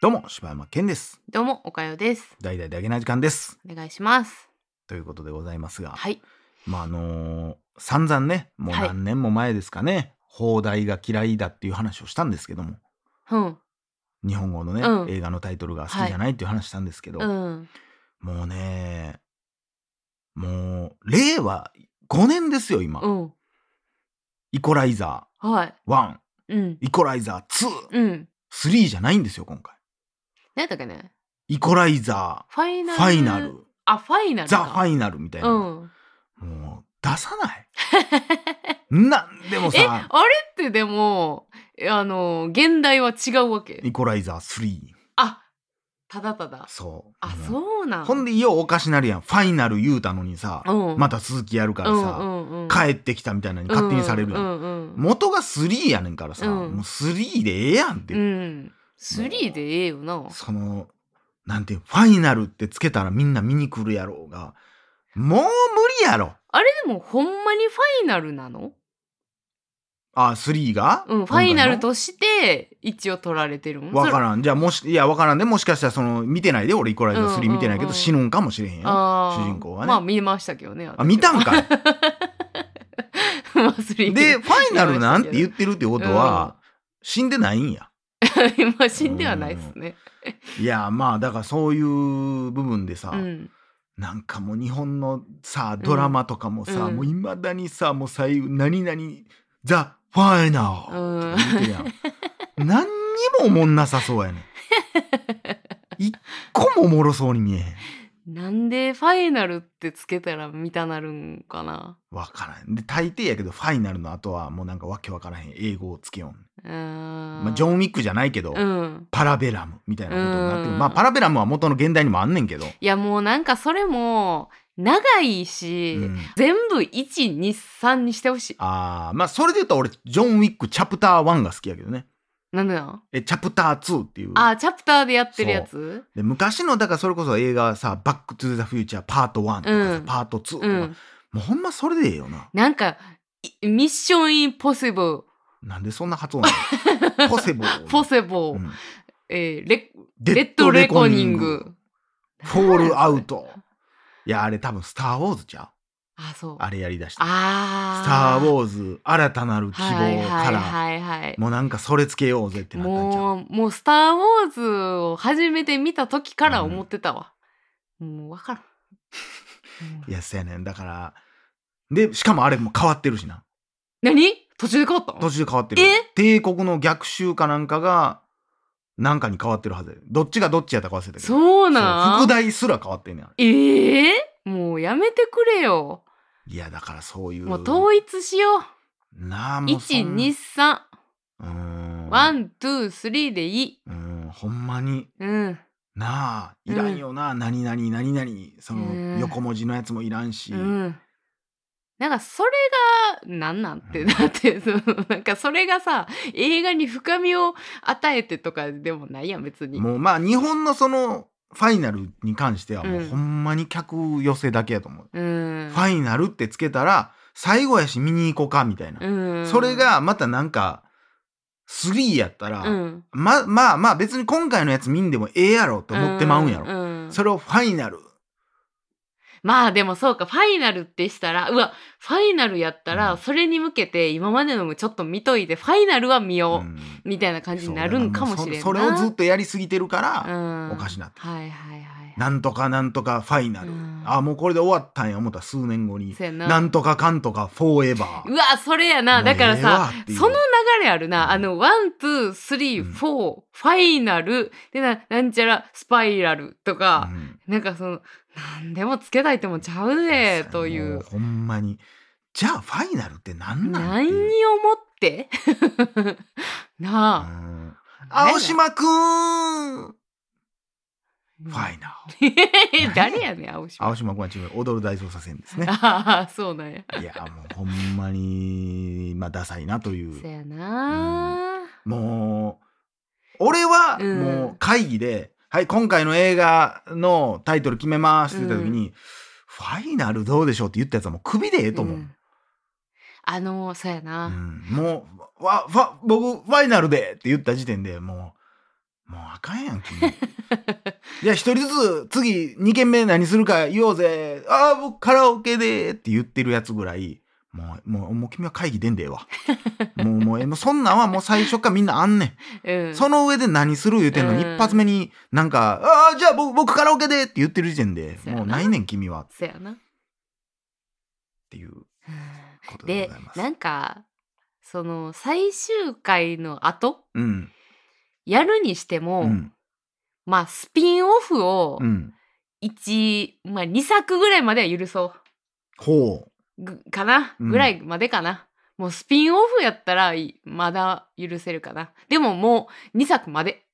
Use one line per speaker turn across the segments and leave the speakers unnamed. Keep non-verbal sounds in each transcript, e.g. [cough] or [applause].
どうも、柴山健です。
どうも、おかよです。
大々だけな時間です。
お願いします。
ということでございますが、
はい。
まあ、あのー散々ね、もう
はい
何年も前ですかね、放題が嫌いだっていう話をしたんですけども、
うん。
日本語のね、
うん
映画のタイトルが好きじゃないっていう話したんですけど、
うん。
もうね、もう、令和5年ですよ、今。
うん。
イコライザ
はい。
ー1、
うん。
イコライザー2、
うん。
3じゃないんですよ、今回。
何やったっけね。
イコライザ
ファイ
ー、
ナ
フ
ル。
ァイナル、
あ、ファイナルか。
ザ・ファイナルみたいな。
うん。
もう出さない。なんでも
え、
さ、
あれって [laughs] でも、えあの、現代は違うわけ。
イコライザー3。
あ、ただただ。
そう。
あ、
もう
そうなん。
ほんで、ようおかしなるやん。ファイナル言うたのにさ、
うん、
ま
た
た続きやるから
う
さ、
んうんうん、
帰ってきたみたいなのに勝手にされるや。
うんんうんうん。
元が3やねんからさ、
うん
もう3でええやんって。
うん。スリーでええよな。
その、なんていう、ファイナルってつけたらみんな見に来るやろうが、もう無理やろ。
あれでも、ほんまにファイナルなの
あ、3が
うん、ファイナル
今
として、一応取られてるん
回のわ
それ
からん。じゃあ、もし、いや、わからんで、もしかしたら、その、見てないで、俺、イコライザー
うんうん
3
うん
見てないけど、死ぬんかもしれへんよ。
あー
主人公はね
まあ見ましたけどね。
あ見
[laughs]
たんかい
まあスリー
で、ファイナルなんて言
う。
ってるってことは、死んでないんや。
まあ死んではないですね。
いや、まあ、だからそういう部分でさ、
うん。
なんかもう日本のさ、ドラマとかもさ、
うん
もういまだにさ、もう最後、何々、ザ・ファイナ
う
ル、
ん。
言うてるやん。何にもおもんなさそう
[laughs]
やねん。一個もおもろそうに見えへん。
なんでファイナルってつけたら見たなるんかな。
わからん。で、大抵やけど、ファイナルの後はもうなんかわけわからへん英語をつけよん。
うーん。
まあ、ジョン・ウィックじゃないけど、
うん。
パラベラムみたいなことになってる。
うん
まあ、パラベラムは元の現代にもあんねんけど。
いやもうなんかそれも長いし、
うん
全部1、2、3にしてほしい。
あーまあそれで言うと俺ジョン・ウィックチャプター1が好きやけどね
なんでなん
えチャプター2っていう
あ、チャプターでやってるやつ
で昔のだからそれこそ映画はさ「バック・トゥ・ザ・フューチャーパート1」とかさ、
うん
パート2とか、
うん。
もうほんまそれでええよな
なんか、いミッションインポッシブ
なんでそんな発音な
[laughs]
のポセボ
ル、ポセボ
う
ー、
ん
えーレ
デ
レッドレコニング。
フォールアウトいやあれ多分「スター・ウォーズ」じゃう
あ、そう。あ
あれやりだした「スタ
あ
ー・ウ
ー
ォーズ新たなる希望」か
は
ら
いはいはいはい。
もうなんかそれつけようぜってなったんちゃう
もう、もう、スター・ウォーズを初めて見た時から思ってたわ。もう、
[laughs]
わからん。もう
いやそうやねんだからでしかもあれも変わってるしな
何途中で変わったの
途中で変わってる
え
帝国の逆襲かなんかがなんかに変わってるはずやどっちがどっちやったか忘れたけどう
そうなん
副題すら変わってんねんあれ
ええもうやめてくれよ。
いやだからそういう
もう統一しよう。
なあもうそん
123
うーん
ワン、ツー、スリーでいい。
うーんほんまに
うん。
なあいらんよな、何々何々その
うん
横文字のやつもいらんし、
うん。なんかそれがなんなんって、
うん
だって [laughs] そのなんかそれがさ映画に深みを与えてとかでもないやん別に。
もうまあ日本のそのファイナルに関してはもううんほんまに客寄せだけやと思う、
うん。
ファイナルってつけたら最後やし見に行こうかみたいな、
うん、
それがまたなんか3やったら、
うん、
ままあまあ別に今回のやつ見んでもええやろと思ってまうんやろ、
うん
それをファイナル
まあでもそうかファイナルってしたらうわファイナルやった
う
ら
ん
それに向けて今までのもちょっと見といてファイナルは見よう、
うん
みたいな感じになるんかもしれんな
そうだからもうそそれをずっとやりすぎてるから、
うん
おかしなって
はいはいはい
なんとかなんとかファイナル、
うん
あもうこれで終わったんや思ったら数年後に、
そうやな
なんとかかんとかフォーエバ
う
ー
わそれやなだからさ、その流れあるな。あの、ワン、ツー、スリ
う
ー、
ん
フォー、ファイナル、でな、なんちゃら、スパイラルと
が
か、なんかその、なんでもつけたいってもちゃうねという。
ほんまにじゃあファイナルってなんなんって
何
いう
に思って [laughs] なあ。
うん青島くんフ
[laughs]
ァイナル
ル。誰やねん、青島。
青島君は自分踊る大捜査線ですね。
[laughs] ああ、そうなんや。
いやもうほんまにまあダサいなとい
そ
う
うやな
もう俺は
うん
もう会議で「はい今回の映画のタイトル決めます」って言った時に「ファイナルどうでしょう」って言ったやつはもう首でええと思う、う
うんんあの、そうやな。
もうわわ僕ファイナルでって言った時点でもうもうあかんやん君
[laughs]
じゃあ一人ずつ次2軒目何するか言おうぜああ僕カラオケでって言ってるやつぐらいもうもうもう君は会議でんでええ
[laughs]
わもうもうええもうそんなんはもう最初からみんなあんねん
うん。
その上で何する言うてんのに、
うん
一発目になんか「ああじゃあ僕僕カラオケで」って言ってる時点で
そうやな
もうないねん君はっ
そやな。
ていうことで
で
ございま、す
な。んか、その、最終回の後、
うん
やるにしても、
うん
まあ、スピンオフを
うん、
1、まあ、2作ぐらいまでは許そ
ほう
う。ぐかな
うん
ぐらいまでかな。もうスピンオフやったらいまだ許せるかな。でももう2作まで。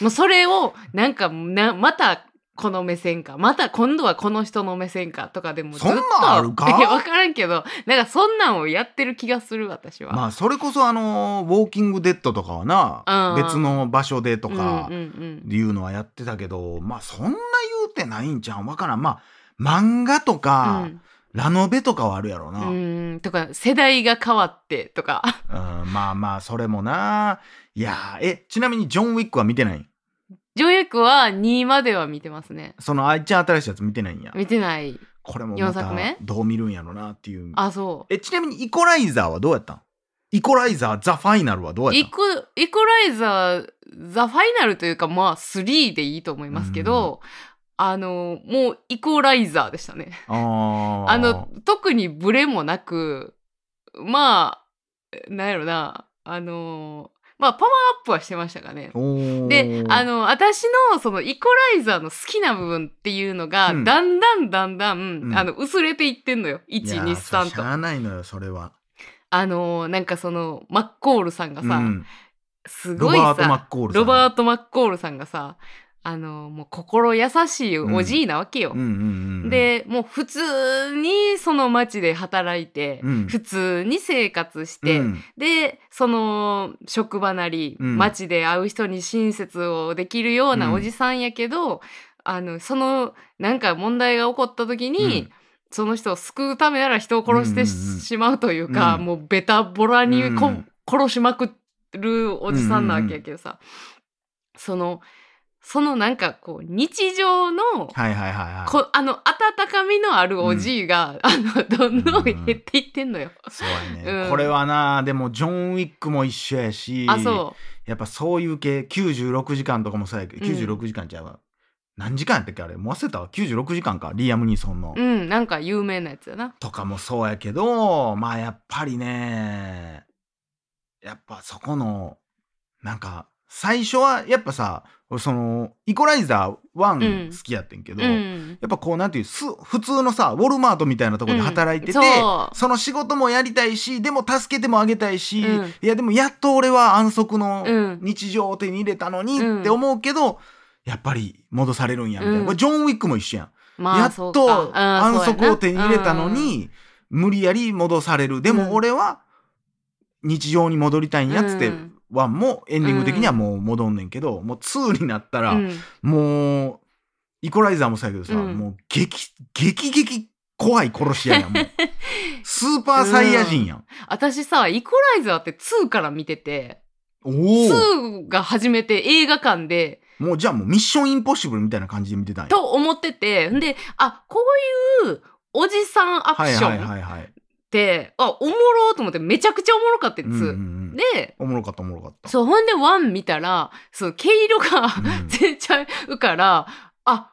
もうそれをなんかなまたこの目線かまた今度はこの人の目線かとかでもずっと
そんなんあるか
[laughs] いや分からんけどなんかそんなんをやってる気がする私は。
まあそれこそあの「ウォーキングデッド」とかはな、
うん
別の場所でとか
うんうん
いうのはやってたけど、まあそんな言うてないんちゃうわからんまあ漫画とか、ラノベとかはあるやろう
う
な、うん
ん、うんとか世代が変わってとか [laughs]
まあまあそれもないやーえちなみにジョン・ウィックは見てない
女優役は2までは見てますね
そのあいちゃん新しいやつ見てないんや
見てない
これもま
四作
た
目
どう見るんやろなっていう
あそ
えちなみにイコライザーはどうやったんイコライザーザファイナルはど
う
うや
イ
ったん
コイコライザーザファイナルというかまあ3でいいと思いますけど、あのもうイコライザーでしたね
あー
あの特にブレもなくまあなんやろなあのまあパワーアップはしてましたかね
おー
であの私のそのイコライザーの好きな部分っていうのが、
うん
だんだんだんだん、
ん
あの薄れていってんのよ
いやーそれしゃ
123と。
あないのよそれは
あのーなんかそのマッコールさんがさ、
うん
す
ロ
ごい
バート・マッ
さ
コールさん
ロバート・マッコールさんがさあのーもう心優しいおじいなわけよ。
うんうんうん、
でもう普通にその町で働いて、
うん
普通に生活して、
うん
でその職場なり、
うん
街で会う人に親切をできるよう
うん
なおじさんやけど、あのそのなんか問題が起こった時に、
うん
その人を救うためなら人を殺してし,、
うんうんうん
まうというか、
うん
もうベタボラにこ、
うん
殺しまくるおじさんなわけやけどさ、そのそのなんかこう日常の、
はいはいはいはい
こあの温かみのあるおじいが、あのどんどん減っていってんのよ。
そうやね、
うん
これはなでもジョン・ウィックも一緒やし
あそう
やっぱそういう系96時間とかもそうやけど
うん
96時間ちゃうわ、何時間やったっけあれもう忘れたわ96時間かリアム・ニーソンの、
うん、なんか有名なやつやな。
とかもそうやけどまあやっぱりねやっぱそこのなんか最初はやっぱさ俺そのイコライザー
うん
1好きやってんけど、
うん。
やっぱこうなんていうす普通のさウォルマートみたいなところで働いてて、
うん
そ
そう
の仕事もやりたいしでも助けてもあげたいし、
うん
いやでもやっと俺は安息の
うん
日常を手に入れたのに
うん
って思うけど、やっぱり戻されるんやみたいな、
うん
これジョン・ウィックも一緒やん。
まあ、
やっ
そう
と
かうん
安
そうや
息
な
を手に入れたのに、無理やり戻されるでも俺は日常に戻りたいんやっつって、
うん
ワンもエンディング的にはもう戻んねんけど、もうツーになった
う
ら、
んうん
もうイコライザーもそうやけどさ、
うん
もう激激激怖い殺し屋やんも
[laughs]
うスーパーサイヤ人やん、
私さ、イコライザーって2から見てて、
おお
2が初めて映画館で、
もうじゃあもうミッションインポッシブルみたいな感じで見てたんや
と思ってて、んで、あ、こういうおじさんアク
はい
シ
はい
ョンっ
はいはい、
て、あ、おもろーと思って、めちゃくちゃおもろかった、
うんうんう
2。
ん、
で、
おもろかったおもろか
[laughs]
った
そう、ほんで1見たら、そう、毛色が
ん
[laughs] 全然違うから、あ、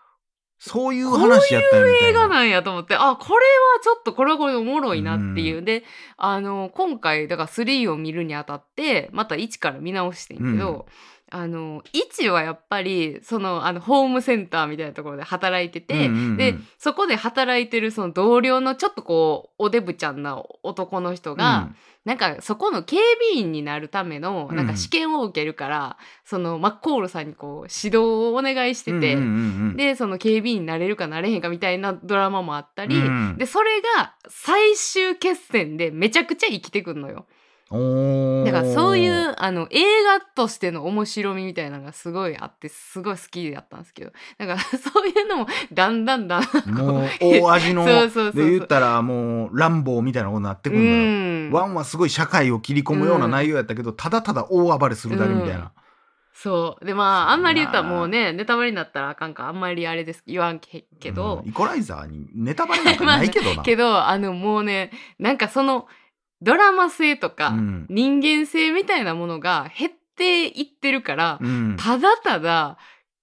そういう話やったよみたいな
映画なんやと思ってあこれはちょっとこれはこれでおもろいなっていう、
う
であの今回だから3を見るにあたってまた1から見直してんけど、あの1はやっぱりそのあのホームセンターみたいなところで働いてて、
うんうんうん
でそこで働いてるその同僚のちょっとこうおデブちゃんな男の人が、なんかそこの警備員になるためのなん
う
か
ん
試験を受けるから、そのマッコールさんにこう指導をお願いしてて。
うんうんうんうん
でその警備員になれるかなれへんかみたいなドラマもあったり、
うん
でそれが最終決戦でめちゃくちゃ生きてくんのよ
おー
だからそういうあの映画としての面白みみたいなのがすごいあってすごい好きだったんですけどだからそういうのもだんだ
[laughs]
んだんだん
もう大味
[laughs]
の
そうそうそうそう
で言ったらもう乱暴みたいなことになってく
う
るのよ、
ん
ワンはすごい社会を切り込むような
うん
内容やったけど、ただただ大暴れするだけみたいな、
そうでまああんまり言ったらもうねネタバレになったらあかんからあんまりあれです言わんけけど、
うんイコライザーにネタバレなんかないけど [laughs] な。
けどあのもうねなんかそのドラマ性とか、
うん
人間性みたいなものが減っていってるから、
うん
ただただ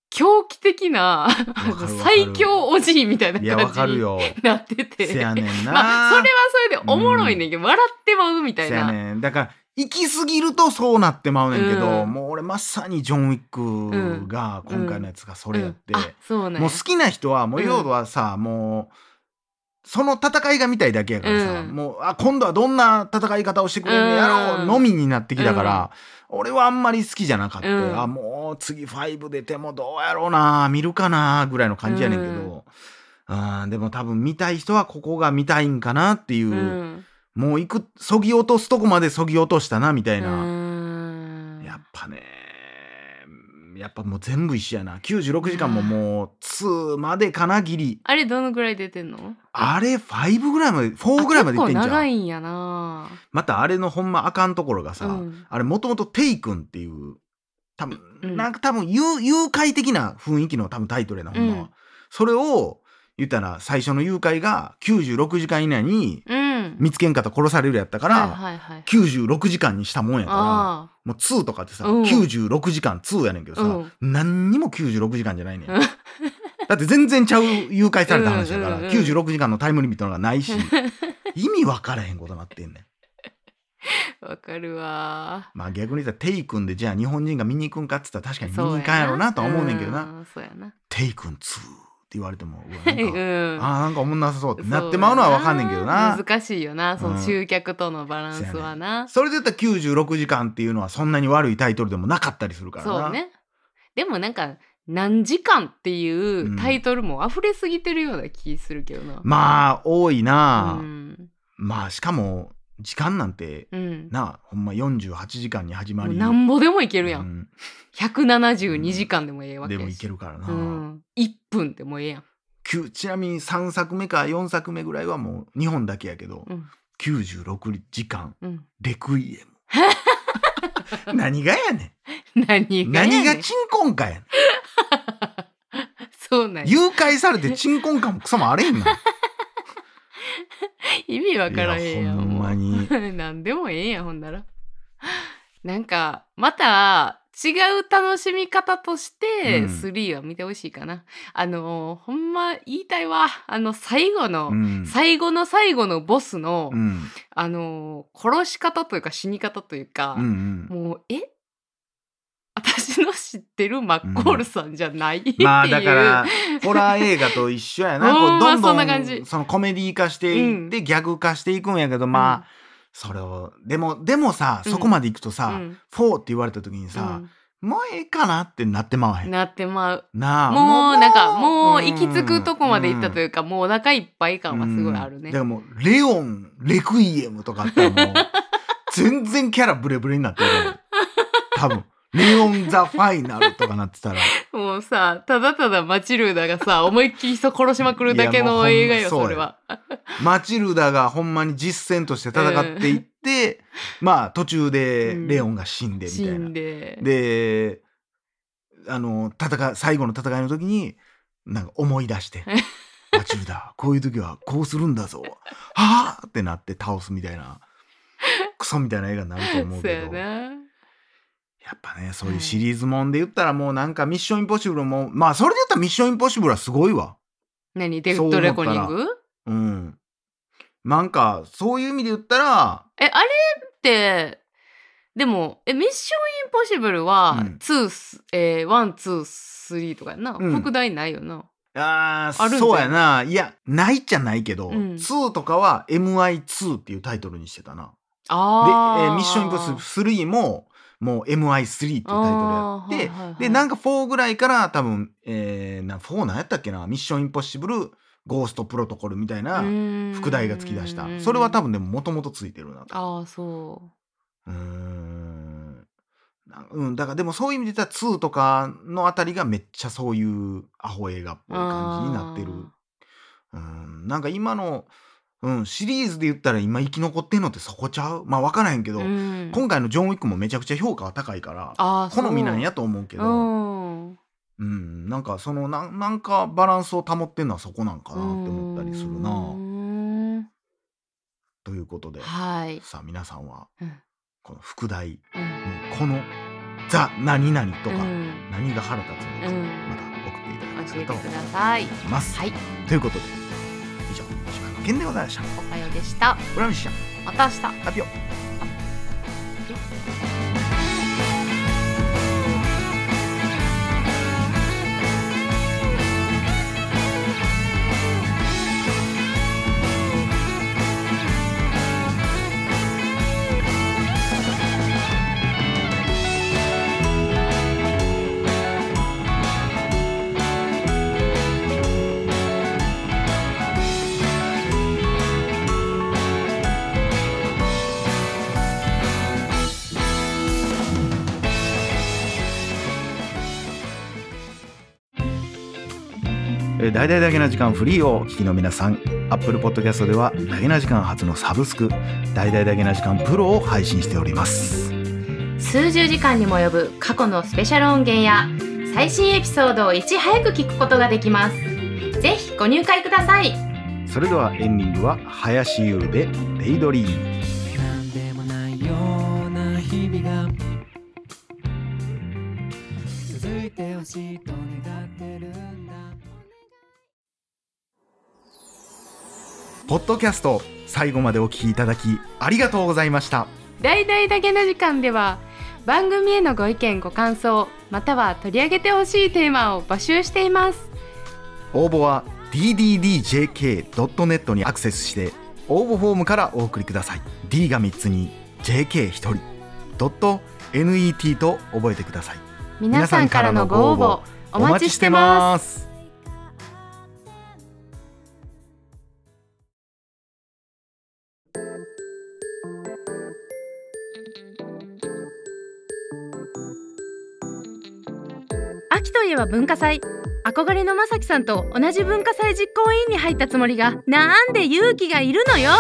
狂気的な
かるわかる
最強おじいみたいない
やわか
感じ
る
に
よ。
なってて
せやね [laughs] んな。
[laughs] まあ、それはそれでおもろいねんけど、笑ってまうみたい
せや
な、
ねんだから行き過ぎるとそうなってまうねんけど、
うん
もう俺まさにジョン・ウィックが今回のやつがそれやって、
うんあそうなん
も
や
う好きな人はもう要はさ、もうその戦いが見たいだけやからさ、
うん
もうあ今度はどんな戦い方をしてくれるんのやろ
う
うんのみになってきたから、俺はあんまり好きじゃなかった、
うん
あもう次5出てもどうやろうな見るかなぐらいの感じやねんけど、あーでも多分見たい人はここが見たいんかなっていう。
うん
もう行く、そぎ落とすとこまでそぎ落としたな、みた
う
いな。
ん
やっぱね、やっぱもう全部一緒やな。96時間ももう2までかな、ギリ。
あれどのぐらい出てんの
あれ5ぐらいまで、4ぐらいまで行ってんじ
あ結構
ゃ
長
ん。
いんやな
またあれのほんまあかんところがさ、
うん
あれもともとテイ君っていう、多分、
うん
なんか多分誘誘拐的な雰囲気の多分タイトルやな、ほんまは。
うん
それを、言ったら最初の誘拐が96時間以内に
うん
見つけんかったら殺されるやったから、
はいはいはい
96時間にしたもんやから、
あ
もう2とかってさ、
うん
96時間2やねんけどさ、
うん
何にも96時間じゃないねん。
うん
だって全然ちゃう誘拐された話やから、
うんうんうん
96時間のタイムリミットなんかないし、意味分からへんことなってんねん。
あわかるわ
まあ逆に言ったら、テイ君でじゃあ日本人が見に行くんかって言ったら確かに見に行かんやろうなとは思うねんけどな、
そうやな
テイ君2って言われても、うわ
う
なんん
そ [laughs] う
か、
やな
あーなんかおもんなさそうってなってまうのは分かんねんけどな。
難しいよなそ
うん
の集客とのバランスはな、
それで言ったら96時間っていうのはそんなに悪いタイトルでもなかったりするからな。
そうねでもなんか何時間っていうタイトルも溢れすぎてるような気するけどな、
まあ多いなあ、
うん
まあしかも時間なんて
うん、
なあほんま48時間に始ま
もう
り
なんぼでもいけるやん、
うん
172時間でもええわけ
で
やし
もいけるからな、
うん、1分でもええやん、
きゅちなみに3作目か4作目ぐらいはもう日本だけやけど、
うん
96時間
うん、 [laughs]
レクイエム何がやね
何
ん
がやね
何
ん
がチンコンかやねん
そうなんや
誘拐されてチンコンかもクソもあれへん
[laughs]
な
意味わからへんや
いや
ん
ほんまに
もう [laughs] 何でもええやんほんならなんかまた違う楽しみ方として
うん
3は見てほしいかな、あのーほんま言いたいわあの最後の、
うん、
最後の最後のボスの、
うん
あのー殺し方というか死に方というか、
うんうん
もうえ私の知ってるマッコールさんじゃない、っていう、
まあだからホラー映画と一緒
[laughs]
やなこ
ほ
うん
ま
どんど
そんなん感じ
そのコメディ化していって、ギャグ化していくんやけどまあ、それをでもでもさ
うん
そこまで行くと
う
さ、
ん
フォーって言われた時にさ、もうええかなってなってまわへ
うん
ん。
なってまう
なあ
もうなんかもう行き着くとこまで行ったと
い
いうか、もうお腹いっぱい感はすごいあるね
だからもうレオンレクイエムとかあったら
[laughs]
もう全然キャラブレブレになってる多分レオン・ザ・ファイナルとかなってたら
もうさただただマチルダが
[laughs]
さ思いっきり人殺しまくるだけの映画
いや
よ
もうほんま
それは
マチルダがほんまに実戦として戦っていって、まあ途中でレオンが死んでみた
死
いな。
んで
であの戦い最後の戦いの時になんか思い出して「マチルダこういう時はこうするんだぞ」はあってなって倒すみたいなクソみたいな映画になると思う
[laughs] そう
け
や
どや
な
っぱねそういうシリーズもんで言ったらもうなんか「ミッションインポッシブルも」まあそれで言ったら「ミッションインポッシブル」はすごいわ。
何デ
そう
ッ
思った
ド
ら
レコニング
うん。なんかそういう意味で言ったら
えあれってでもえミッションインポッシブルは
うん
2す、えー、123とかやな、
うん
拡大ないよな
あ
あ
あ、
るんじゃん
そうやな。いや、ないじゃないけど、
うん
2とかは MI2 っていうタイトルにしてたな。で、え
あ
ーミッションインポッシブル3も、もう MI3 っていうタイトルやって、で、なん
か
か4ぐらいから多分、えー、な4なんやったっけな、ミッションインポッシブル、ゴーストプロトコルみたいな副
副
題がつき出した。それは多分でももともとついてるなと。
ああそう
うーん。なうん、だからでもそういう意味で言ったら2とかのあたりがめっちゃそういうアホ映画っぽい感じになってる
あー
うん、なんか今のうん、シリーズで言ったら今生き残ってんのってそこちゃうまあ分からへんけど、
うん
今回のジョン・ウィックもめちゃくちゃ評価は高いから
あーそう
好みなんやと思うけ
う
ど、
ん
うん、なんかそのななんかバランスを保ってんのはそこなんかなって思ったりする
う
な
ーん
ということで
はい、
さあ皆さんは
うん
この副題
うん
のこの「ザ・何々」とか、
うん
何が腹立つのか、
うん
また送っていただけ
教えて
たら
く
と
ださい
思います。
はい
ということで以上島の県でございました。
おかよでした
村西ちゃん
また明日
アピオえー大々だけな時間フリーをお聞きの皆さん、Apple Podcast では、だけな時間初のサブスク、大々だけな時間プロを配信しております。
数十時間にも及ぶ過去のスペシャル音源や最新エピソードをいち早く聞くことができますぜひご入会ください
それではエンディングは、林優で、デイドリーム。
なんでもないような日々が続いてほしいと願ってるんだ
ポッドキャスト、最後までお聞きいただき、ありがとうございました。
大々だけな時間では番組へのご意見ご感想または取り上げてほしいテーマを募集しています
応募は、ddjk.net にアクセスして、応募フォームからお送りください。D が3つに、JK1 人、ドット .net と覚えてください。
皆さんからのご応募お待ちしてます
す。
秋といえば文化祭憧れのまさきさんと同じ文化祭実行委員に入ったつもりがなんで勇気がいるのよ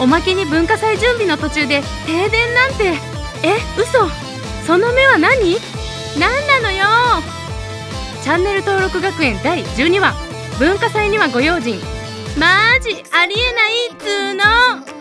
おまけに文化祭準備の途中で停電なんてえ嘘その目は何何なのよチャンネル登録学園第12話文化祭にはご用心マジありえないっつーの